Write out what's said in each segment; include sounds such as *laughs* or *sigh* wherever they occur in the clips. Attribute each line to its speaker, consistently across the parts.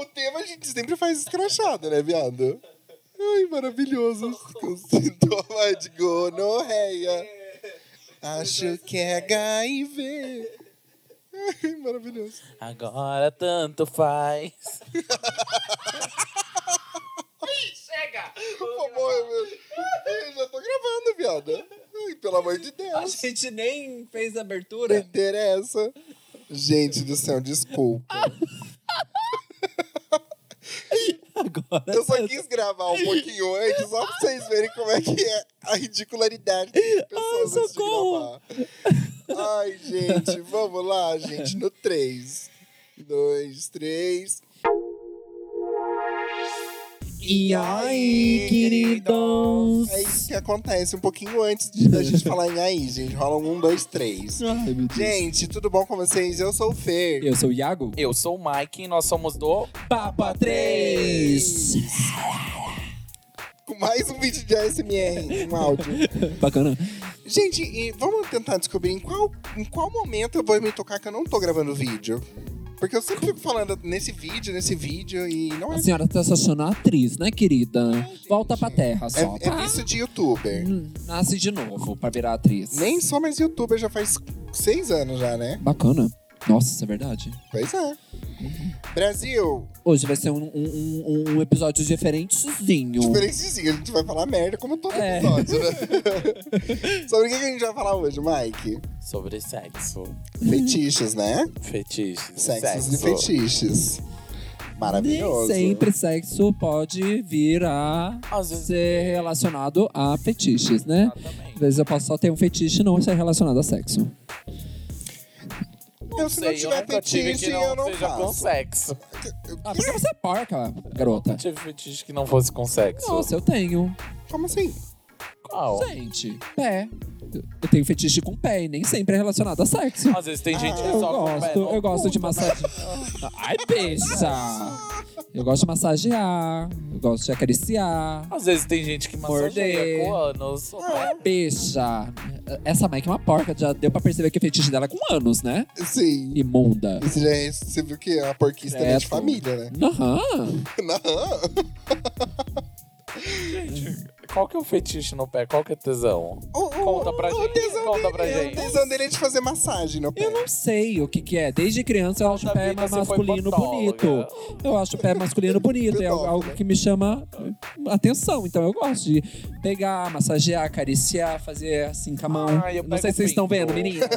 Speaker 1: o tema a gente sempre faz escrachado, né, viado? Ai, maravilhoso. Sintoma de gonorreia. Acho que é HIV. Ai, maravilhoso.
Speaker 2: Agora tanto faz.
Speaker 3: Chega!
Speaker 1: Por favor, meu- Eu já tô gravando, viado. Ai, pelo amor de
Speaker 3: A
Speaker 1: Deus.
Speaker 3: gente nem fez
Speaker 1: Não
Speaker 3: abertura.
Speaker 1: interessa. Gente do céu, desculpa.
Speaker 2: *laughs* Agora
Speaker 1: Eu só quis gravar um pouquinho antes, só pra vocês verem como é que é a ridicularidade das pessoas
Speaker 2: Ai,
Speaker 1: antes de
Speaker 2: socorro.
Speaker 1: gravar. Ai, gente, vamos lá, gente, no 3. 2, 3.
Speaker 2: E aí, queridos?
Speaker 1: É isso que acontece um pouquinho antes de, da gente falar em aí, gente. Rola um, um, dois, três.
Speaker 2: Ai, meu Deus.
Speaker 1: Gente, tudo bom com vocês? Eu sou o Fer.
Speaker 4: Eu sou o Iago.
Speaker 2: Eu sou o Mike e nós somos do
Speaker 4: Papa três. *laughs*
Speaker 1: Com mais um vídeo de ASMR, um áudio.
Speaker 4: Bacana.
Speaker 1: Gente, e vamos tentar descobrir em qual, em qual momento eu vou me tocar que eu não tô gravando vídeo. Porque eu sempre fico falando nesse vídeo, nesse vídeo, e não é.
Speaker 4: A senhora tá se achando atriz, né, querida?
Speaker 1: gente.
Speaker 4: Volta pra terra
Speaker 1: É,
Speaker 4: só.
Speaker 1: é
Speaker 4: tá?
Speaker 1: vício de youtuber.
Speaker 4: Hum, Nasce de novo pra virar atriz.
Speaker 1: Nem sou mais youtuber, já faz seis anos já, né?
Speaker 4: Bacana. Nossa, isso é verdade.
Speaker 1: Pois é. Brasil,
Speaker 4: Hoje vai ser um, um, um- um episódio diferentezinho.
Speaker 1: diferentezinho, a gente vai falar merda como todo
Speaker 4: É.
Speaker 1: episódio, né? *laughs* Sobre o que que a gente vai falar hoje, Mike?
Speaker 2: sobre sexo,
Speaker 1: Fetiches, né?
Speaker 2: fetiches,
Speaker 1: Sexos
Speaker 2: sexo.
Speaker 1: e fetiches.
Speaker 4: Nem
Speaker 1: Maravilhoso.
Speaker 4: sempre sexo pode vir a
Speaker 2: Às vezes-
Speaker 4: ser relacionado a fetiches, né? Às
Speaker 2: Exatamente.
Speaker 4: vezes eu posso só ter um fetiche e não ser relacionado a sexo.
Speaker 1: Eu, se
Speaker 2: Sei,
Speaker 1: não tiver
Speaker 2: eu nunca tive
Speaker 1: fetiche,
Speaker 2: que não
Speaker 1: eu não
Speaker 2: seja com
Speaker 1: faço.
Speaker 2: sexo.
Speaker 4: Ah, porque você é porca, garota.
Speaker 1: Tipo
Speaker 2: Nunca tive fetiche que não fosse com sexo.
Speaker 4: Nossa, eu tenho.
Speaker 1: Como assim?
Speaker 2: Qual?
Speaker 4: Gente, pé. Eu tenho fetiche com pé e nem sempre é relacionado a sexo.
Speaker 2: Às vezes tem gente que
Speaker 4: Eu
Speaker 2: só com pé
Speaker 4: gosto,
Speaker 2: no
Speaker 4: eu gosto de
Speaker 2: cu.
Speaker 4: massagem. Ai, bicha! Eu gosto de massagear, eu gosto de acariciar.
Speaker 2: Às vezes tem gente que massageia
Speaker 4: Morder.
Speaker 2: com anos. Né?
Speaker 4: Ai, bicha! Essa Mike é uma porca, já deu pra perceber que o fetiche dela é com anos, né?
Speaker 1: Sim.
Speaker 4: Imunda.
Speaker 1: Isso já é, você viu que a porquista é de
Speaker 4: Credo.
Speaker 1: família, né?
Speaker 4: Aham.
Speaker 1: Não.
Speaker 2: Qual que é o fetiche no pé? Qual que é o tesão?
Speaker 1: O, o-
Speaker 2: Conta
Speaker 1: o
Speaker 2: pra gente,
Speaker 1: tesão
Speaker 2: conta
Speaker 1: dele-
Speaker 2: pra
Speaker 1: O
Speaker 2: gente.
Speaker 1: tesão dele é de fazer massagem no pé.
Speaker 4: Eu não sei o que que é. Desde criança eu acho o
Speaker 2: Toda
Speaker 4: pé
Speaker 2: vida você foi
Speaker 4: masculino bonito.
Speaker 2: podóloga.
Speaker 4: Eu acho o pé masculino bonito. É algo- algo que me chama atenção. Então eu gosto de pegar, massagear, acariciar, fazer assim com a mão.
Speaker 2: Ah, eu
Speaker 4: Não
Speaker 2: pego
Speaker 4: sei se vocês estão vendo,
Speaker 2: pinto. *laughs*
Speaker 4: menina.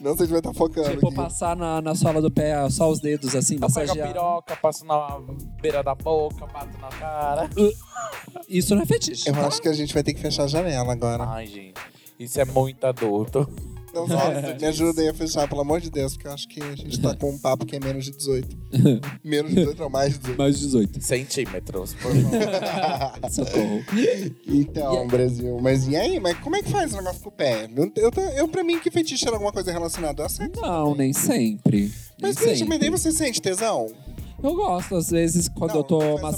Speaker 1: Não sei se vai estar focando
Speaker 4: Tipo,
Speaker 1: aqui.
Speaker 4: passar na, na sola do pé só os dedos, assim,
Speaker 2: Eu pego a
Speaker 4: massagear.
Speaker 2: piroca, passo na beira da boca, bato na cara.
Speaker 4: Isso não é fetiche.
Speaker 1: Eu
Speaker 4: tá?
Speaker 1: acho que a gente vai ter que fechar a janela agora.
Speaker 4: Ah,
Speaker 2: Ai, gente, isso é muito adulto. *laughs*
Speaker 1: Não, só, me ajudem a fechar, pelo amor de Deus, porque eu acho que a gente tá com um papo que é menos de
Speaker 2: *laughs*
Speaker 1: 18. menos de 18 ou é mais de 18.
Speaker 4: Mais 18.
Speaker 2: Centímetros, por favor.
Speaker 4: Socorro. E
Speaker 1: Então,
Speaker 4: aí?
Speaker 1: Brasil, mas e aí? Mas como é que faz o negócio com o pé? Eu, eu, tô- eu, pra mim, que fetiche era alguma coisa relacionada a sexo.
Speaker 4: Não, nem sempre.
Speaker 1: Mas,
Speaker 4: nem
Speaker 1: gente, mas daí
Speaker 4: sempre.
Speaker 1: você sente tesão?
Speaker 4: Eu gosto, às vezes, quando
Speaker 1: Não,
Speaker 4: eu tô
Speaker 1: foi essa pergunta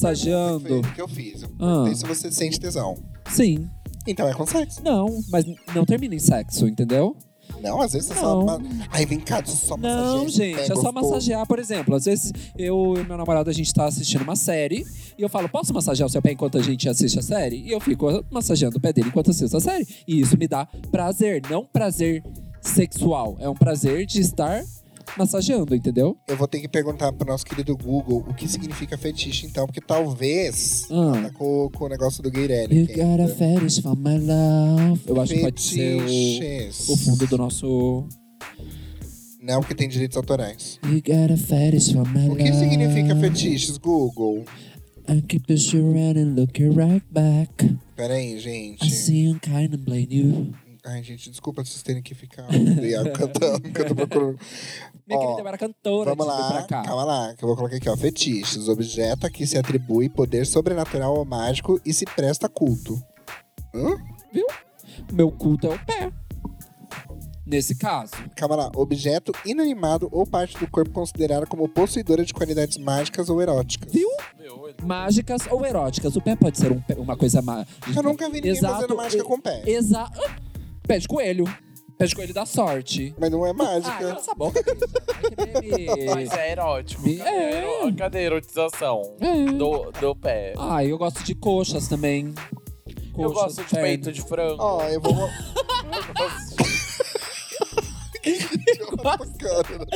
Speaker 1: Que,
Speaker 4: massageando.
Speaker 1: foi, que eu fiz. Eu
Speaker 4: Ah.
Speaker 1: perguntei se você sente tesão.
Speaker 4: Sim.
Speaker 1: Então é com sexo.
Speaker 4: Não, mas não termina em sexo, entendeu?
Speaker 1: Não, às vezes você
Speaker 4: Não.
Speaker 1: só. ma- Ai, vem cá, deixa eu só massagear. tá
Speaker 4: Não,
Speaker 1: esse
Speaker 4: gente,
Speaker 1: pé
Speaker 4: é só
Speaker 1: gostoso.
Speaker 4: massagear, por exemplo. Às vezes eu e meu namorado, a gente tá assistindo uma série e eu falo, posso massagear o seu pé enquanto a gente assiste a série? E eu fico massageando o pé dele enquanto assisto a série. E isso me dá prazer, não prazer sexual. É um prazer de estar massageando, entendeu?
Speaker 1: Eu vou ter que perguntar pro nosso querido Google o que significa fetiche, então, porque talvez.
Speaker 4: Ah.
Speaker 1: Tá com, com o negócio do Guirelli.
Speaker 4: You
Speaker 1: aqui
Speaker 4: got a
Speaker 1: ainda.
Speaker 4: fetish for my love. Eu acho que pode ser o,
Speaker 1: Fetiches.
Speaker 4: o fundo do nosso.
Speaker 1: Não, porque tem direitos autorais.
Speaker 4: You got a fetish for my
Speaker 1: O que
Speaker 4: love.
Speaker 1: significa fetiches, Google?
Speaker 4: I keep push you around and look you right back.
Speaker 1: Pera aí, gente.
Speaker 4: I see you kind of blame you.
Speaker 1: Ai, gente, desculpa vocês terem que ficar *laughs* o Iago cantando, que eu tô procurando.
Speaker 4: Minha
Speaker 1: Ó,
Speaker 4: querida, eu era cantora
Speaker 1: Vamos
Speaker 4: antes de vir
Speaker 1: lá,
Speaker 4: pra cá.
Speaker 1: calma lá, que eu vou colocar aqui, ó. Fetiches, objeto a que se atribui poder sobrenatural ou mágico e se presta a culto. Hã?
Speaker 4: Meu culto é o pé. Nesse caso.
Speaker 1: Calma lá, objeto inanimado ou parte do corpo considerada como possuidora de qualidades mágicas ou eróticas.
Speaker 4: Viu?
Speaker 2: Meu, ele-
Speaker 4: Mágicas ou eróticas. O pé pode ser um pé- uma coisa mágica.
Speaker 1: Eu nunca vi ninguém fazendo mágica com o pé.
Speaker 4: Exato. Pé Ah, de coelho. Pé Pé de coelho dá sorte.
Speaker 1: Mas não é
Speaker 4: Ah,
Speaker 1: mágica.
Speaker 4: cala essa boca, bicha. Vai querer me-
Speaker 2: Mas é erótico.
Speaker 4: Me-
Speaker 2: Cadê, a ero- cadê a erotização
Speaker 4: É.
Speaker 2: do, do pé?
Speaker 4: Ai, eu gosto de coxas também.
Speaker 2: eu
Speaker 4: Coxas,
Speaker 2: gosto de
Speaker 4: perna.
Speaker 2: peito
Speaker 4: *laughs*
Speaker 2: de frango.
Speaker 1: Ó, eu vou.
Speaker 4: *laughs*
Speaker 1: Bacana.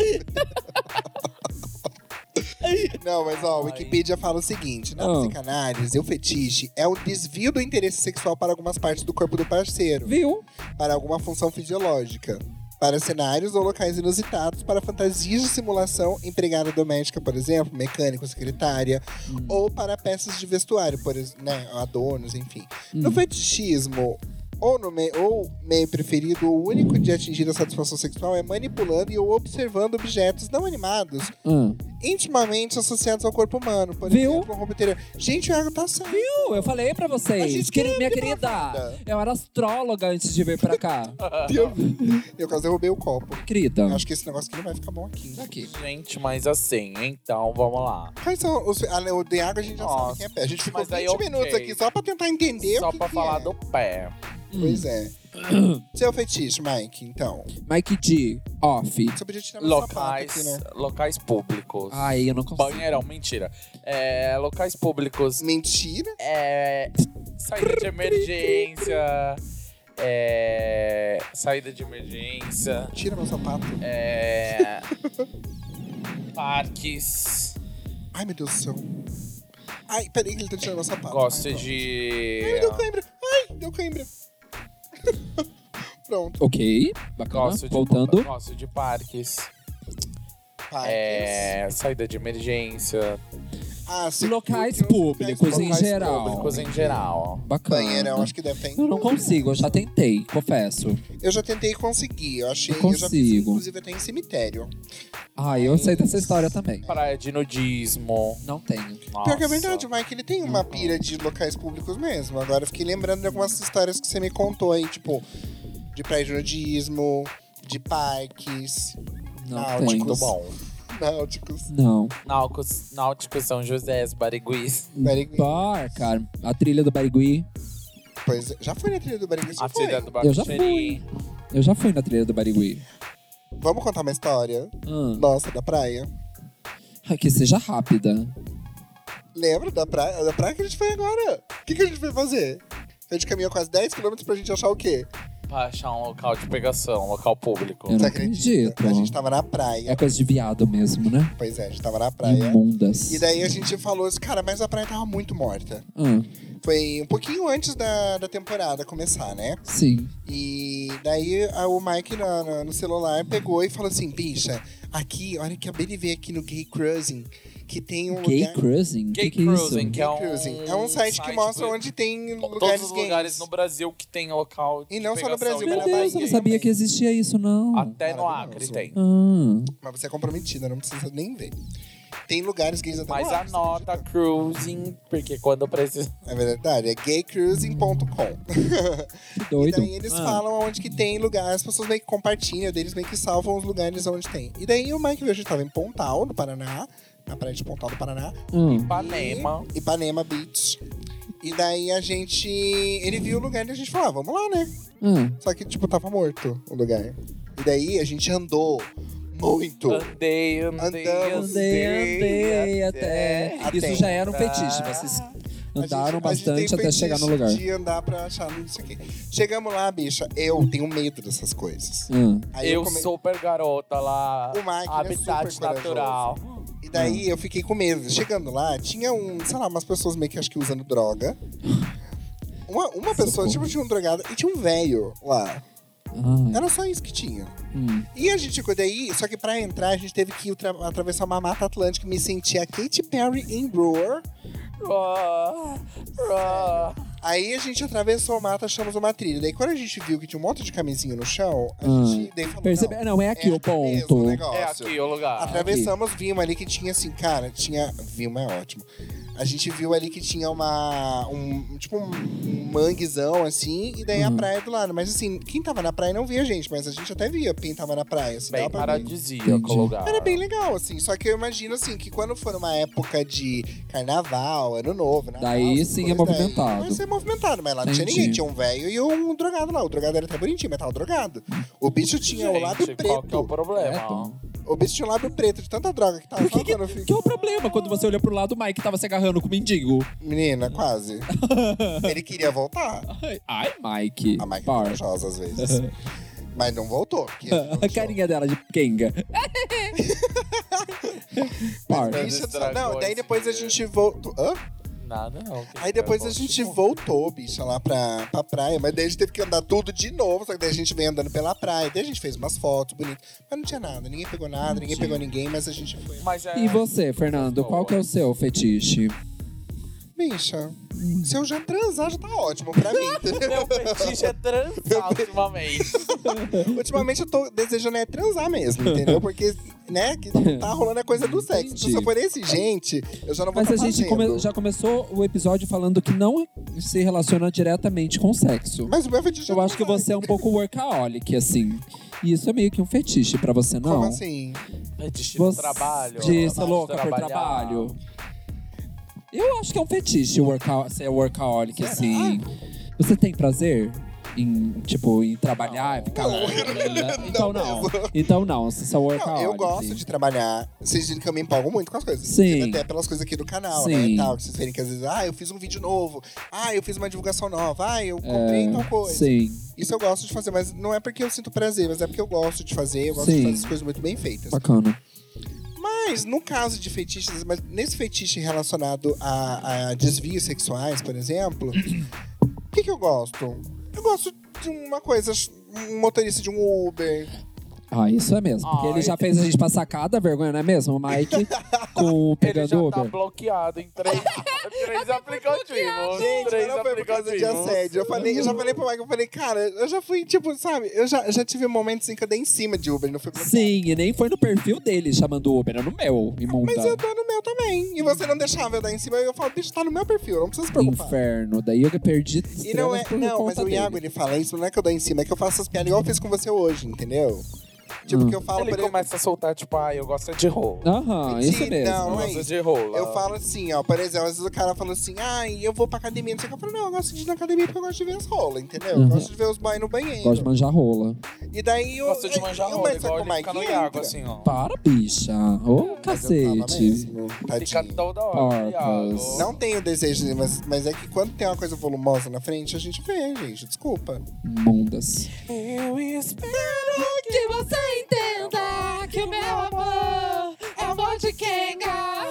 Speaker 1: Não, mas ó, o Wikipedia fala o seguinte: na
Speaker 4: Ah.
Speaker 1: psicanálise, o fetiche é o desvio do interesse sexual para algumas partes do corpo do parceiro,
Speaker 4: Viu?
Speaker 1: para alguma função fisiológica, para cenários ou locais inusitados, para fantasias de simulação, empregada doméstica, por exemplo, mecânico, secretária,
Speaker 4: Hum.
Speaker 1: ou para peças de vestuário, por exemplo, né, adornos, enfim.
Speaker 4: Hum.
Speaker 1: No fetichismo, ou, no me- ou meio preferido, o único de atingir a satisfação sexual é manipulando e ou observando objetos não animados,
Speaker 4: Hum.
Speaker 1: intimamente associados ao corpo humano. Por
Speaker 4: Viu?
Speaker 1: exemplo, um roupa interior. Gente, o Iago tá certo.
Speaker 4: Viu? Eu falei pra vocês.
Speaker 1: A gente
Speaker 4: Queri-
Speaker 1: quer
Speaker 4: minha
Speaker 1: viver
Speaker 4: querida,
Speaker 1: uma vida.
Speaker 4: eu era astróloga antes de vir pra cá.
Speaker 1: Eu, eu quase derrubei o copo.
Speaker 4: querida.
Speaker 1: Eu acho que esse negócio aqui não vai ficar bom aqui.
Speaker 4: Aqui.
Speaker 2: *laughs* Gente, mas assim, então vamos lá.
Speaker 1: Quais são os. ah, não, o de Iago a gente já sabe
Speaker 2: Nossa,
Speaker 1: quem é pé. A gente ficou
Speaker 2: mas
Speaker 1: 20
Speaker 2: daí ok.
Speaker 1: minutos aqui só pra tentar entender o
Speaker 2: Só
Speaker 1: que
Speaker 2: pra
Speaker 1: que
Speaker 2: falar
Speaker 1: é.
Speaker 2: do pé.
Speaker 4: Hum.
Speaker 1: Pois é.
Speaker 4: *coughs*
Speaker 1: Seu fetiche, Mike, então.
Speaker 4: Mike D. Off.
Speaker 1: Você podia tirar meu sapato
Speaker 2: Locais,
Speaker 1: aqui, né?
Speaker 2: locais públicos.
Speaker 4: Ai, eu não consigo.
Speaker 2: Banheirão, mentira. É, locais públicos.
Speaker 1: Mentira.
Speaker 2: É, saída de emergência. É, saída de emergência.
Speaker 1: Tira meu sapato.
Speaker 2: É, parques.
Speaker 1: Ai, meu Deus do céu. Ai, peraí que ele tá tirando meu sapato.
Speaker 2: Gosto
Speaker 1: Ai,
Speaker 2: de.
Speaker 1: pronto. Ai, deu cãibra. Ai, deu cãibra. *laughs* pronto.
Speaker 4: Ok, bacana.
Speaker 2: Gosto de,
Speaker 4: Voltando.
Speaker 2: gosto de parques.
Speaker 1: Parques.
Speaker 2: É, saída de emergência.
Speaker 1: Ah, se-
Speaker 4: Locais
Speaker 1: eu- eu-
Speaker 4: públicos,
Speaker 1: locais
Speaker 4: em geral.
Speaker 2: Públicos em geral.
Speaker 4: Bacana.
Speaker 1: Banheirão, acho que deve ter.
Speaker 4: Eu não consigo, eu já tentei, confesso.
Speaker 1: Eu já tentei conseguir. Eu achei. Eu
Speaker 4: Eu
Speaker 1: já fiz,
Speaker 4: consigo.
Speaker 1: inclusive, até em cemitério.
Speaker 4: Ai, eu sei dessa história também.
Speaker 2: Praia de nudismo.
Speaker 4: Não tenho.
Speaker 1: Pior que é verdade, o Mike, ele tem uma pira de locais públicos mesmo. Agora, eu fiquei lembrando de algumas histórias que você me contou aí, tipo, de praia de nudismo, de parques, *laughs* tipo,
Speaker 4: Não
Speaker 1: Náuticos.
Speaker 4: tenho.
Speaker 2: Muito bom.
Speaker 1: náuticos.
Speaker 4: Não.
Speaker 2: Náuticos, Náuticos São José, Bariguis.
Speaker 1: Barigui.
Speaker 4: Bar, cara. A trilha do Barigui.
Speaker 1: Pois é. Já foi na trilha do Barigui? Já
Speaker 2: A
Speaker 1: foi.
Speaker 2: cidade do
Speaker 4: Eu já
Speaker 2: Bacaxeri.
Speaker 4: Eu já fui na trilha do Barigui.
Speaker 1: Vamos contar uma história
Speaker 4: Ah,
Speaker 1: nossa da praia.
Speaker 4: que seja rápida.
Speaker 1: Lembra da praia? Da praia que a gente foi agora. O que, que a gente foi fazer? A gente caminhou quase 10km pra gente achar o quê?
Speaker 2: Pra achar um local de pegação, um local público.
Speaker 4: Eu
Speaker 1: Você
Speaker 4: não
Speaker 1: acredita?
Speaker 4: acredito.
Speaker 1: A gente tava na
Speaker 4: É
Speaker 1: praia.
Speaker 4: coisa de viado mesmo, né?
Speaker 1: Pois é, a gente tava na praia.
Speaker 4: Imundas.
Speaker 1: E daí a gente falou assim, cara, mas a praia tava muito morta.
Speaker 4: Ah,
Speaker 1: Foi um pouquinho antes da, da temporada começar, né?
Speaker 4: sim.
Speaker 1: E daí a- o Mike na- na- no celular pegou e falou assim, bicha, aqui, olha que acabei de ver aqui no Gay Cruising, que tem um
Speaker 4: Gay
Speaker 1: lugar...
Speaker 4: cruising?
Speaker 2: Gay
Speaker 4: que que é
Speaker 2: cruising,
Speaker 4: isso?
Speaker 2: que é um,
Speaker 1: Cruising. É um site, que mostra
Speaker 2: do-
Speaker 1: onde tem lugares
Speaker 2: Todos os
Speaker 1: gays.
Speaker 2: lugares no Brasil que tem local de
Speaker 1: E não só no
Speaker 2: pegação
Speaker 1: Brasil,
Speaker 2: de
Speaker 1: mas
Speaker 4: Meu
Speaker 1: na
Speaker 2: pegação.
Speaker 4: Deus, eu não
Speaker 1: Bahia
Speaker 4: sabia
Speaker 1: também.
Speaker 4: que existia isso, não.
Speaker 2: Até no Acre
Speaker 1: Maravilhoso.
Speaker 2: tem.
Speaker 4: Ah,
Speaker 1: Mas você é comprometida, não precisa nem ver. Tem lugares gays até
Speaker 2: Mas
Speaker 1: lá, você
Speaker 2: anota
Speaker 1: acredita?
Speaker 2: cruising, porque quando precisa.
Speaker 1: É verdade, é *laughs* gaycruising.com.
Speaker 4: que
Speaker 1: E
Speaker 4: doido.
Speaker 1: daí eles
Speaker 4: Ah,
Speaker 1: falam onde que tem lugar, as pessoas meio que compartilham, daí eles meio que salvam os lugares onde tem. E daí o Mike viu, a gente tava em Pontal, no Paraná, na praia de Pontal do Paraná,
Speaker 4: ah,
Speaker 2: Ipanema.
Speaker 1: Ipanema Beach. E daí a gente. Ele viu o lugar e a gente falou, ah, vamos lá, né?
Speaker 4: ah.
Speaker 1: Só que, tipo, tava morto o lugar. E daí a gente andou muito.
Speaker 2: Ah. Andei, andei, andei,
Speaker 1: Andamos.
Speaker 4: Andei, andei até.
Speaker 1: até
Speaker 4: Isso já era um fetiche,
Speaker 2: pra-
Speaker 4: vocês
Speaker 1: A
Speaker 4: andaram
Speaker 1: gente- a gente tem
Speaker 4: bastante até
Speaker 1: fetiche
Speaker 4: chegar no lugar.
Speaker 1: De andar pra achar não sei o quê. Chegamos lá, bicha, eu tenho medo dessas coisas.
Speaker 4: Ah.
Speaker 1: Aí
Speaker 2: eu
Speaker 1: come-
Speaker 2: super garota lá.
Speaker 1: O Mike, ele é
Speaker 2: habitat
Speaker 1: super corajoso.
Speaker 2: natural.
Speaker 1: E daí
Speaker 4: Hum.
Speaker 1: eu fiquei com medo. Chegando lá, tinha um, sei lá, umas pessoas meio que acho que usando droga. Uma, uma pessoa,
Speaker 4: Socorro.
Speaker 1: tipo, tinha um drogado e tinha um velho lá.
Speaker 4: Ah,
Speaker 1: Era só isso que tinha.
Speaker 4: hum.
Speaker 1: E a gente ficou daí, só que pra entrar a gente teve que ultra- atravessar uma mata atlântica e me sentia Katy Perry em Brewer.
Speaker 2: Ró, ró.
Speaker 1: Aí a gente atravessou a mata, achamos uma trilha. Daí quando a gente viu que tinha um monte de camisinha no chão, a
Speaker 4: Ah.
Speaker 1: gente daí falou,
Speaker 4: Percebe...
Speaker 1: não,
Speaker 4: Não, é aqui o
Speaker 1: mesmo
Speaker 4: ponto.
Speaker 1: negócio.
Speaker 2: É aqui o lugar.
Speaker 1: Atravessamos, vimos ali que tinha assim, cara, tinha. Vimos é ótimo. A gente viu ali que tinha uma. Um, tipo um manguezão assim, e daí a
Speaker 4: Uhum.
Speaker 1: praia do lado. Mas assim, quem tava na praia não via a gente, mas a gente até via quem tava na praia. Assim,
Speaker 2: Bem
Speaker 1: dava pra ver.
Speaker 2: paradisíaco
Speaker 4: Entendi.
Speaker 2: o lugar.
Speaker 1: Era bem legal, assim. Só que eu imagino, assim, que quando for uma época de carnaval, ano novo, né?
Speaker 4: Daí
Speaker 1: essas
Speaker 4: sim é
Speaker 1: coisas, daí
Speaker 4: movimentado.
Speaker 1: Vai ser movimentado, mas lá não tinha
Speaker 4: Entendi.
Speaker 1: ninguém. Tinha um velho e um drogado lá. O drogado era até bonitinho, mas tava drogado. O bicho tinha o lábio
Speaker 2: Gente, Qual que é o
Speaker 1: preto.
Speaker 2: problema?
Speaker 4: É, pô.
Speaker 1: O bicho tinha o lábio preto de tanta droga que tava.
Speaker 4: Por que
Speaker 1: Sabe
Speaker 4: que,
Speaker 1: quando eu fico-
Speaker 4: que é o problema quando você olha pro lado o Mike tava se agarrando com o mendigo?
Speaker 1: Menina,
Speaker 4: *laughs*
Speaker 1: quase. Ele queria voltar.
Speaker 4: Ai, Ai, Mike.
Speaker 1: A Mike é
Speaker 4: Par.
Speaker 1: corajosa às
Speaker 4: *laughs*
Speaker 1: vezes. Mas não voltou. porque ele não
Speaker 4: A
Speaker 1: deixou.
Speaker 4: carinha dela de Kenga. Par.
Speaker 1: Mas
Speaker 2: Esses
Speaker 1: um bicho, Não, daí
Speaker 2: dragões
Speaker 1: depois a
Speaker 2: que-
Speaker 1: gente voltou. Hã?
Speaker 2: Nada, não. que
Speaker 1: Aí depois
Speaker 2: foi
Speaker 1: a
Speaker 2: bom
Speaker 1: gente
Speaker 2: demais.
Speaker 1: voltou, bicha, lá pra, pra praia. Mas daí a gente teve que andar tudo de novo. Só que daí a gente veio andando pela praia. Daí a gente fez umas fotos bonitas. Mas não tinha nada. Ninguém pegou nada, ninguém pegou ninguém. Mas a gente foi.
Speaker 2: Mas é...
Speaker 4: E você, Fernando, qual que é o seu fetiche?
Speaker 1: Bicha, se eu já transar, já tá ótimo pra
Speaker 4: *laughs* É
Speaker 1: mim, entendeu?
Speaker 2: Meu fetiche é
Speaker 1: *laughs*
Speaker 2: transar ultimamente.
Speaker 1: Ultimamente eu tô desejando é transar mesmo, entendeu? Porque, né, que tá rolando a coisa do sexo. Então, Se
Speaker 4: Entendi.
Speaker 1: eu for esse gente, eu já não vou
Speaker 4: Mas
Speaker 1: tá
Speaker 4: a gente come-
Speaker 1: fazendo.
Speaker 4: já começou o episódio falando que não se relaciona diretamente com o sexo.
Speaker 1: Mas o meu fetiche é
Speaker 4: Eu acho que
Speaker 1: transar.
Speaker 4: você é um pouco workaholic, assim. E isso é meio que um fetiche pra você, não?
Speaker 1: Como assim?
Speaker 2: Fetiche do
Speaker 4: Você
Speaker 2: Tipo, trabalho.
Speaker 4: de ser
Speaker 2: trabalho,
Speaker 4: louca por
Speaker 2: trabalhar.
Speaker 4: trabalho. Eu acho que é um fetiche worka- ser workaholic, assim. Você tem prazer em, tipo, em trabalhar,
Speaker 2: Não.
Speaker 1: *laughs*
Speaker 4: ficar louca? Então não. Então não, você é
Speaker 1: Não,
Speaker 4: workaholic.
Speaker 1: eu gosto de trabalhar. Vocês dizem que eu me empolgo muito com as coisas.
Speaker 4: Sim.
Speaker 1: Inclusive, Até pelas coisas aqui do canal, né?
Speaker 4: Sim.
Speaker 1: E tal. Que vocês verem que às vezes, ah, eu fiz um vídeo novo. Ah, eu fiz uma divulgação nova. Ah, eu comprei tal coisa.
Speaker 4: É, Sim.
Speaker 1: Isso eu gosto de fazer, mas não é porque eu sinto prazer, mas é porque eu gosto de fazer. Eu gosto
Speaker 4: Sim.
Speaker 1: de fazer as coisas muito bem feitas.
Speaker 4: Bacana.
Speaker 1: Mas, no caso de fetiches, mas nesse fetiche relacionado a, a desvios sexuais, por exemplo, o que, que eu gosto? Eu gosto de uma coisa, um motorista de um Uber.
Speaker 4: Ah, isso é mesmo. Porque
Speaker 2: Ah,
Speaker 4: ele já fez a gente passar cada vergonha, não é mesmo, o
Speaker 1: *laughs*
Speaker 4: Mike? Com o
Speaker 2: Ele
Speaker 4: pegando
Speaker 2: já tá
Speaker 1: né?
Speaker 4: Uber.
Speaker 2: bloqueado em três, três aplicativos.
Speaker 1: Gente, mas
Speaker 2: três
Speaker 1: não foi por causa de
Speaker 2: aplicativos.
Speaker 1: assédio. Eu, falei, eu já falei pro Michael, eu falei, cara, eu já fui, tipo, sabe? Eu já, já tive momentos em que eu dei em cima de Uber, não foi pra
Speaker 4: Sim, e nem foi no perfil dele chamando Uber, era no meu, imunda.
Speaker 2: Tá.
Speaker 1: Mas eu tô no meu também. E você não deixava eu dar em cima, eu falo, bicho, tá no meu perfil, não precisa se preocupar.
Speaker 4: Inferno. Daí eu perdi
Speaker 1: E não é.
Speaker 4: estrelas por
Speaker 1: Não,
Speaker 4: conta
Speaker 1: mas o
Speaker 4: dele.
Speaker 1: Iago, ele fala isso, não é que eu dou em cima, é que eu faço as piadas igual eu fiz com você hoje, entendeu? Tipo,
Speaker 4: Hum.
Speaker 1: que eu falo
Speaker 2: Ele
Speaker 1: por exemplo,
Speaker 2: começa a soltar, tipo, ah, eu gosto é de rolo.
Speaker 4: Aham, isso
Speaker 1: Sim,
Speaker 4: mesmo.
Speaker 1: não,
Speaker 2: Eu
Speaker 1: é
Speaker 2: gosto
Speaker 1: isso.
Speaker 2: de rolo.
Speaker 1: Eu falo assim, ó, por exemplo, às vezes o cara fala assim, ai, eu vou pra academia, não sei o que. Eu falo, não, eu gosto de ir na academia porque eu gosto de ver as rolas, entendeu? Eu
Speaker 4: Uhum.
Speaker 1: gosto de ver os boys no banheiro.
Speaker 4: Gosto de manjar rola.
Speaker 1: E daí eu.
Speaker 2: Gosto de manjar
Speaker 1: eu- eu
Speaker 2: rolo,
Speaker 1: começo
Speaker 2: igual
Speaker 1: com o
Speaker 2: ele fica no
Speaker 1: Mike
Speaker 2: Iago,
Speaker 1: é entra.
Speaker 2: assim, ó.
Speaker 4: Para, bicha. Ô,
Speaker 1: Mas eu tava
Speaker 4: cacete.
Speaker 1: mesmo,
Speaker 2: Fica
Speaker 1: tadinho.
Speaker 2: toda hora, Iago.
Speaker 4: Porcas.
Speaker 1: Não tenho desejo, mas, mas é que quando tem uma coisa volumosa na frente, a gente vê, gente. Desculpa.
Speaker 4: Mundas.
Speaker 2: Eu espero.
Speaker 5: Que você entenda Ah, que o meu amor é amor de Kenga.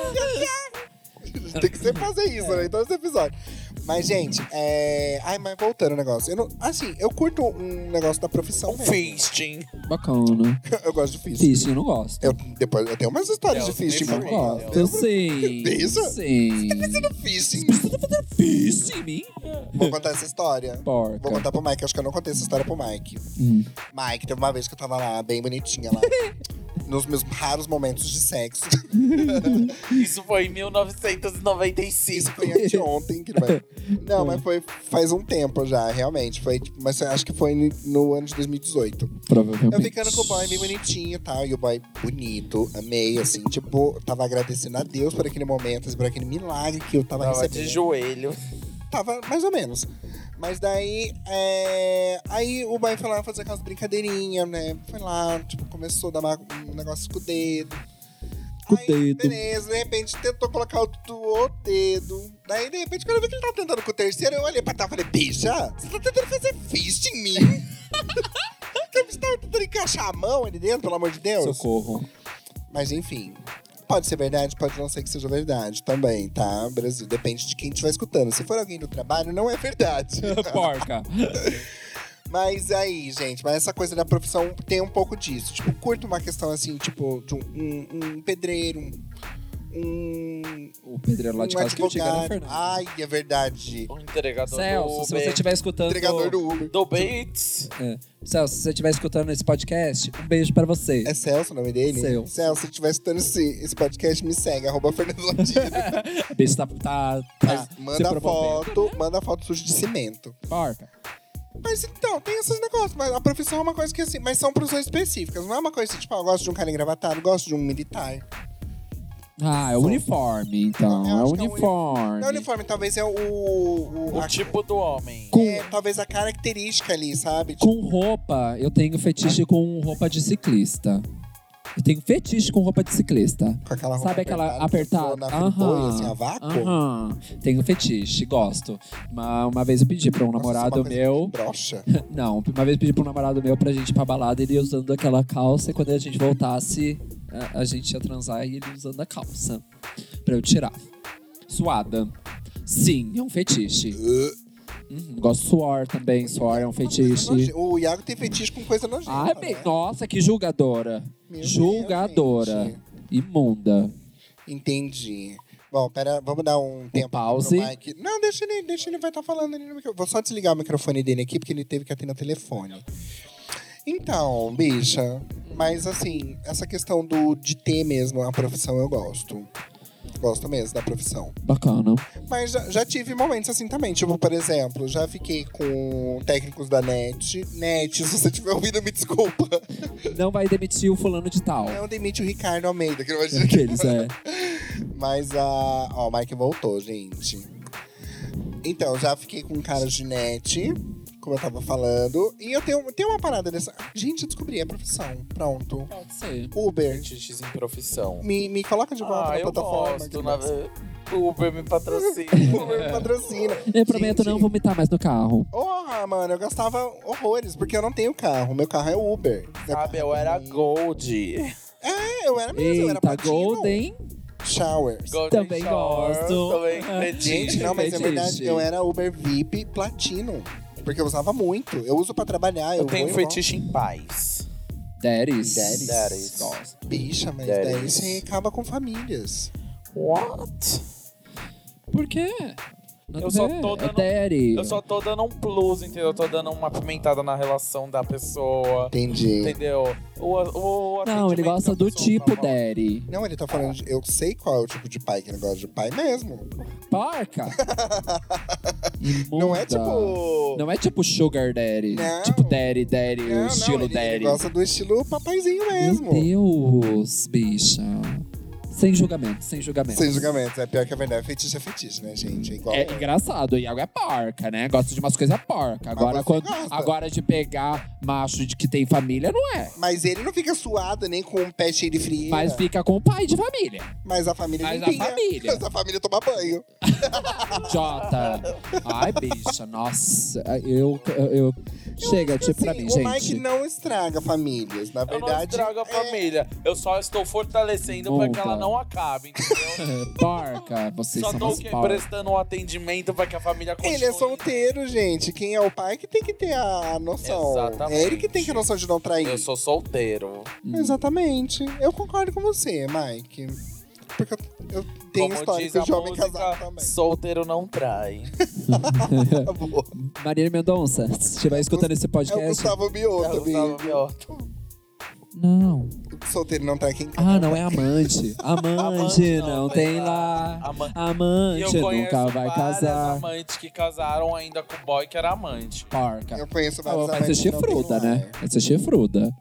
Speaker 1: tem que sempre fazer isso, né? Em todos os episódios. Mas, gente, é. Ai, mas voltando ao negócio. Eu não... Assim, eu curto um negócio da profissão.
Speaker 2: Um
Speaker 1: mesmo.
Speaker 2: fisting.
Speaker 4: Bacana.
Speaker 1: *laughs* Eu gosto de física.
Speaker 4: Fishing eu não gosto.
Speaker 1: Eu, depois, eu tenho umas histórias
Speaker 2: Deus,
Speaker 1: de fishing. pra
Speaker 2: me
Speaker 4: Eu
Speaker 2: Eu
Speaker 1: contar.
Speaker 4: gosto. Eu sim.
Speaker 1: Isso?
Speaker 4: Sim.
Speaker 1: tá Fishing.
Speaker 4: Você tá fazendo fishing em mim?
Speaker 1: Vou contar essa história.
Speaker 4: Porca.
Speaker 1: Vou contar pro Mike. Acho que eu não contei essa história pro Mike.
Speaker 4: Hum.
Speaker 1: Mike, teve uma vez que eu tava lá, bem bonitinha
Speaker 4: *laughs*
Speaker 1: lá. nos meus raros momentos de sexo.
Speaker 2: Isso foi em 1995.
Speaker 1: Isso foi antes de ontem, que não vai- Não, mas foi faz um tempo já, realmente. Foi, tipo, mas acho que foi no- no ano de 2018.
Speaker 4: Provavelmente.
Speaker 1: Eu ficando com o boy bem bonitinho e tal. E o boy bonito, amei, assim. Tipo, tava agradecendo a Deus por aquele momento, assim, por aquele milagre que eu tava,
Speaker 2: Tava
Speaker 1: recebendo.
Speaker 2: de joelho.
Speaker 1: Tava mais ou menos. Mas daí, é... aí o boy foi lá fazer aquelas brincadeirinhas, né? Foi lá, tipo, começou a dar uma- um negócio com o dedo.
Speaker 4: Com o
Speaker 1: Aí,
Speaker 4: dedo.
Speaker 1: Beleza, de repente tentou colocar o, do- o dedo. Daí, de repente, quando eu vi que ele tava tentando com o terceiro, eu olhei pra trás e falei, bicha, você tá tentando fazer fist em mim? *laughs* Você tá tentando encaixar a mão ali dentro, pelo amor de Deus?
Speaker 4: Socorro.
Speaker 1: *laughs* Mas enfim, pode ser verdade, pode não ser que seja verdade também, tá? Brasil, depende de quem estiver escutando. Se for alguém do trabalho, não é
Speaker 4: *laughs*
Speaker 1: verdade.
Speaker 4: Porca.
Speaker 1: mas aí, gente, mas essa coisa da profissão tem um pouco disso. Tipo, curto uma questão assim, tipo, de um, um- um pedreiro, um. um
Speaker 4: um, o pedreiro lá de
Speaker 1: um
Speaker 4: casa que eu tinha era o
Speaker 1: advogado.
Speaker 4: Fernando.
Speaker 1: Ai, é verdade.
Speaker 2: O entregador
Speaker 4: Celso,
Speaker 2: do
Speaker 4: se você
Speaker 2: Uber.
Speaker 4: estiver escutando.
Speaker 1: Entregador do Uber.
Speaker 2: Do Bates.
Speaker 4: É. Celso, se você estiver escutando esse podcast, um beijo pra você.
Speaker 1: É Celso o nome dele?
Speaker 4: Seu.
Speaker 1: Celso, se estiver escutando esse, esse podcast, me segue, arroba Fernando
Speaker 4: *laughs*
Speaker 1: Ladino.
Speaker 4: *laughs* O beijo tá, tá, tá
Speaker 1: Mas
Speaker 4: se
Speaker 1: Ah, manda
Speaker 4: promovendo. né?
Speaker 1: foto, manda foto suja de cimento.
Speaker 4: Porca.
Speaker 1: Mas então, tem esses negócios. Mas a profissão é uma coisa que assim. Mas são profissões específicas. Não é uma coisa que, tipo, eu gosto de um cara engravatado, gosto de um militar.
Speaker 4: Ah, é o uniforme, então.
Speaker 1: Eu
Speaker 4: É o
Speaker 1: acho que é o
Speaker 4: uniforme.
Speaker 1: Não é uniforme, talvez é o. o,
Speaker 2: O
Speaker 1: a-
Speaker 2: tipo do homem.
Speaker 4: Com,
Speaker 1: é, talvez a característica ali, sabe? Tipo,
Speaker 4: com roupa, eu tenho fetiche com roupa de ciclista. Eu tenho fetiche com roupa de ciclista.
Speaker 1: com aquela roupa
Speaker 4: Sabe aquela
Speaker 1: apertada.
Speaker 4: apertada?
Speaker 1: que voa Na friboi,
Speaker 4: Aham,
Speaker 1: assim, a vácuo.
Speaker 4: aham. Tenho fetiche, gosto. Uma, uma vez eu pedi pra um
Speaker 1: Nossa,
Speaker 4: namorado
Speaker 1: isso é uma coisa bem
Speaker 4: meu.
Speaker 1: Broxa.
Speaker 4: *laughs* Não, uma vez eu pedi pra um namorado meu pra gente ir pra balada, ele ia usando aquela calça, e quando a gente voltasse, a, a gente ia transar e ele usando a calça. Pra eu tirar. Suada. Sim, é um fetiche. Uhum, gosto de suor também, suor é um fetiche.
Speaker 1: O Iago tem fetiche com coisa nojenta.
Speaker 4: Ai,
Speaker 1: né?
Speaker 4: bem, nossa, que julgadora.
Speaker 1: Meu Deus,
Speaker 4: julgadora.
Speaker 1: gente.
Speaker 4: Imunda.
Speaker 1: Entendi. Bom, pera, vamos dar um tempo
Speaker 4: pause.
Speaker 1: pro Mike. Não, deixa ele, deixa ele vai estar falando ali no microfone. Vou só desligar o microfone dele aqui, porque ele teve que atender o telefone. Então, bicha, mas assim, essa questão do, de ter mesmo a profissão eu gosto. Gosto mesmo da profissão.
Speaker 4: Bacana.
Speaker 1: Mas já, já tive momentos assim também. Tipo, por exemplo, já fiquei com técnicos da NET. NET, se você estiver ouvindo, me desculpa. *laughs*
Speaker 4: Não vai demitir o fulano de tal.
Speaker 1: Não demite o Ricardo Almeida, que não vai dizer que
Speaker 4: Aqueles, é.
Speaker 1: Mas a. Ó, o Mike voltou, gente. Então, já fiquei com cara de net, como eu tava falando. E eu tenho, tenho uma parada dessa. Gente, eu descobri, é profissão. Pronto.
Speaker 4: Pode ser.
Speaker 1: Uber,
Speaker 2: Fetiches em profissão.
Speaker 1: me, me coloca de volta
Speaker 2: Ah,
Speaker 1: na
Speaker 2: eu
Speaker 1: plataforma.
Speaker 2: gosto.
Speaker 1: que
Speaker 2: Na...
Speaker 1: eu
Speaker 2: Uber
Speaker 1: *laughs*
Speaker 2: me patrocina. É.
Speaker 1: gosto. Uber me patrocina.
Speaker 4: Eu prometo
Speaker 1: Gente,
Speaker 4: não vomitar mais no carro.
Speaker 1: Porra, mano, eu gastava horrores, porque eu não tenho carro. Meu carro é Uber.
Speaker 2: Sabe, eu era Gold.
Speaker 1: É, eu era mesmo, eu era
Speaker 4: Eita,
Speaker 1: platino.
Speaker 4: Golden.
Speaker 1: Showers.
Speaker 2: Gold
Speaker 4: Também gosto. *laughs*
Speaker 2: Também
Speaker 4: Ah.
Speaker 2: fetiche.
Speaker 1: Gente, não, mas é
Speaker 4: Fetiche.
Speaker 1: verdade, eu era Uber VIP Platino. Porque eu usava muito. Eu uso pra trabalhar. Eu,
Speaker 2: Eu tenho
Speaker 1: vou e
Speaker 2: fetiche em paz.
Speaker 4: Daddies.
Speaker 1: Daddies.
Speaker 2: Daddies.
Speaker 4: Gosto.
Speaker 1: volto. Bicha, mas
Speaker 2: That
Speaker 1: daí
Speaker 2: is.
Speaker 1: você acaba com famílias.
Speaker 2: What?
Speaker 4: Por quê? Nada
Speaker 2: Eu
Speaker 4: a
Speaker 2: só
Speaker 4: ver.
Speaker 2: tô
Speaker 4: É
Speaker 2: dando-
Speaker 4: daddy.
Speaker 2: Eu só tô dando um plus, entendeu? Eu tô dando uma pimentada na relação da pessoa.
Speaker 1: Entendi.
Speaker 2: Entendeu? O, o, o
Speaker 4: Não, ele
Speaker 2: atendimento
Speaker 4: gosta
Speaker 2: da
Speaker 4: do
Speaker 2: pessoa
Speaker 4: tipo
Speaker 2: tá bom.
Speaker 4: daddy.
Speaker 1: Não, ele tá falando de. Eu sei qual é o tipo de pai que ele gosta de pai mesmo.
Speaker 4: Porca.
Speaker 1: *laughs* Não é
Speaker 4: Imunda.
Speaker 1: tipo.
Speaker 4: Não é tipo sugar daddy.
Speaker 1: Não.
Speaker 4: Tipo daddy, daddy,
Speaker 1: Não, não,
Speaker 4: o estilo
Speaker 1: ele,
Speaker 4: daddy.
Speaker 1: Ele gosta do estilo papaizinho mesmo.
Speaker 4: Meu Deus, bicha. Sem julgamento, sem julgamento.
Speaker 1: Sem julgamento. É pior que a verdade. Fetiche é fetiche, né, gente? É igual.
Speaker 4: É engraçado, o Iago é porca, né? Gosta de umas coisas porca. Agora,
Speaker 1: você
Speaker 4: quando,
Speaker 1: gosta.
Speaker 4: agora de pegar macho de que tem família, não é.
Speaker 1: Mas ele não fica suado nem com um pé cheio de frio.
Speaker 4: Mas fica com o pai de família.
Speaker 1: Mas a família
Speaker 4: Mas a
Speaker 1: limpinha.
Speaker 4: família.
Speaker 1: *laughs* Mas a família toma banho.
Speaker 4: Jota. Ai, bicha, nossa. Eu. eu, eu- Chega,
Speaker 1: acho que,
Speaker 4: tipo, pra
Speaker 1: assim,
Speaker 4: mim,
Speaker 1: o
Speaker 4: gente.
Speaker 1: Mike não estraga famílias. Na
Speaker 2: Eu
Speaker 1: verdade. é,
Speaker 2: não estrago a família. Eu só estou fortalecendo pra que
Speaker 4: Monta.
Speaker 2: ela não acabe, entendeu?
Speaker 4: Porca, *laughs* vocês
Speaker 2: só
Speaker 4: são
Speaker 2: tô
Speaker 4: umas
Speaker 2: que-
Speaker 4: porcas.
Speaker 2: prestando um atendimento pra que a família continue.
Speaker 1: Ele é solteiro, gente. Quem é o pai que tem que ter a noção.
Speaker 2: Exatamente.
Speaker 1: É ele que tem que ter a noção de não trair.
Speaker 2: Eu sou solteiro.
Speaker 1: Exatamente. Eu concordo com você, Mike. Porque eu, eu tenho
Speaker 2: Como diz a
Speaker 1: histórico de homem
Speaker 2: música,
Speaker 1: casado também. É
Speaker 2: solteiro
Speaker 1: *laughs*
Speaker 2: não trai.
Speaker 1: Tá bom.
Speaker 4: Marília Mendonça, se estiver escutando esse
Speaker 1: É o
Speaker 4: podcast.
Speaker 1: Gustavo
Speaker 2: Eu
Speaker 1: Mioto,
Speaker 2: usava
Speaker 1: amigo.
Speaker 2: mioto.
Speaker 4: Não.
Speaker 1: Solteiro não tá aqui em casa.
Speaker 4: Ah, não, é amante. Amante
Speaker 2: Amante
Speaker 4: não,
Speaker 2: não,
Speaker 4: tem
Speaker 2: tem
Speaker 4: lá.
Speaker 2: lá. Ama- E eu
Speaker 4: Amante
Speaker 2: conheço
Speaker 4: nunca vai
Speaker 2: várias
Speaker 4: casar.
Speaker 2: amantes que casaram ainda com o boy que era amante.
Speaker 4: Porca.
Speaker 1: Eu conheço
Speaker 4: Ah,
Speaker 1: vários
Speaker 4: Vai ser
Speaker 1: amantes que não tem
Speaker 4: chifruda,
Speaker 1: lar.
Speaker 4: né? Vai ser chifruda.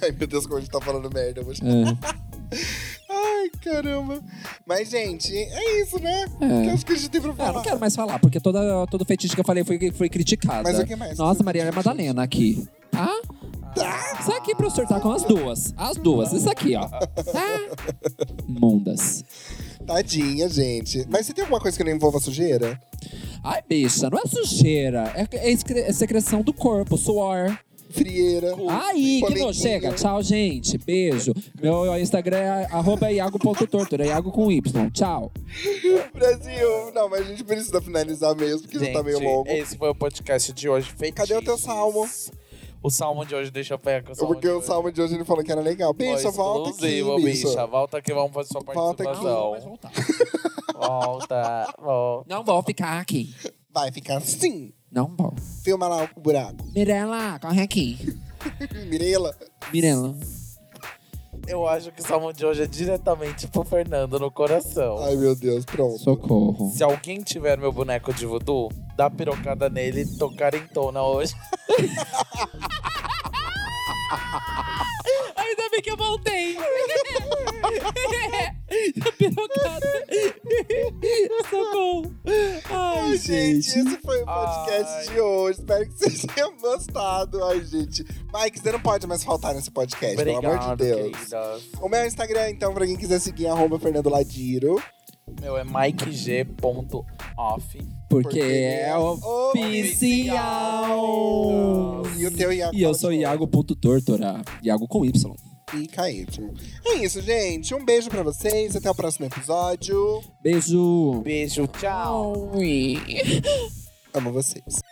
Speaker 1: Ai, meu Deus, como a gente tá falando merda. eu vou-
Speaker 4: É.
Speaker 1: Ai, caramba. Mas, gente, é isso, né?
Speaker 4: É.
Speaker 1: Que eu acho que a gente tem pra falar.
Speaker 4: Ah, não quero mais falar, porque toda, todo fetiche que eu falei foi, foi criticado.
Speaker 1: Mas o que mais?
Speaker 4: Nossa, Maria Madalena aqui. Tá? Isso aqui pra eu surtar com as duas. As duas. Isso aqui, ó. Tá? Mundas.
Speaker 1: Tadinha, gente. Mas você tem alguma coisa que não envolva sujeira?
Speaker 4: Ai, bicha, não é sujeira. É, é excre- é secreção do corpo, suor.
Speaker 1: Frieira.
Speaker 4: Aí, que
Speaker 1: Coleguinha.
Speaker 4: não chega. Tchau, gente. Beijo. Meu Instagram é arroba iago.tortura. Iago com Y. Tchau.
Speaker 1: *laughs* Brasil! Não, mas a gente precisa finalizar mesmo, porque já tá meio longo.
Speaker 2: Esse foi o podcast de hoje. Fetiches.
Speaker 1: Cadê o teu salmo?
Speaker 2: O salmo de hoje, deixa eu pegar. que
Speaker 1: Porque o salmo de hoje ele falou que era legal. Bicha, volta aqui,
Speaker 2: Exclusivo,
Speaker 1: bicha.
Speaker 2: Volta que vamos fazer sua
Speaker 1: Volta aqui.
Speaker 2: participação.
Speaker 4: voltar.
Speaker 2: Volta, volta.
Speaker 4: Não vou ficar aqui.
Speaker 1: Vai ficar assim.
Speaker 4: Não vou.
Speaker 1: Filma lá o buraco. *laughs*
Speaker 4: Mirela, corre aqui.
Speaker 1: Mirela.
Speaker 4: Mirela.
Speaker 2: Eu acho que o salmão de hoje é diretamente pro Fernando no coração.
Speaker 1: Ai, meu Deus, pronto.
Speaker 4: Socorro.
Speaker 2: Se alguém tiver meu boneco de voodoo, dá pirocada nele e tocar em tona hoje.
Speaker 5: Ainda bem que eu voltei. *laughs* Tá pirocada. *laughs* Socorro. Ai,
Speaker 1: Ai, gente,
Speaker 4: gente. é
Speaker 1: esse foi o podcast
Speaker 2: Ai.
Speaker 1: de hoje. Espero que vocês *laughs* tenham gostado. Ai, gente. Mike, você não pode mais faltar nesse podcast, pelo amor de
Speaker 2: Obrigado,
Speaker 1: Deus.
Speaker 2: queridas.
Speaker 1: O meu Instagram, então, pra quem quiser seguir, arroba Fernando Ladiro.
Speaker 2: Meu é mikeg.off.
Speaker 4: Porque é oficial.
Speaker 1: E o teu Iago.
Speaker 4: E eu sou Iago.tortora. Iago com Y.
Speaker 1: E KY. É isso, gente. Um beijo pra vocês. Até o próximo episódio.
Speaker 4: Beijo.
Speaker 2: Beijo, tchau.
Speaker 4: Ui.
Speaker 1: Amo vocês.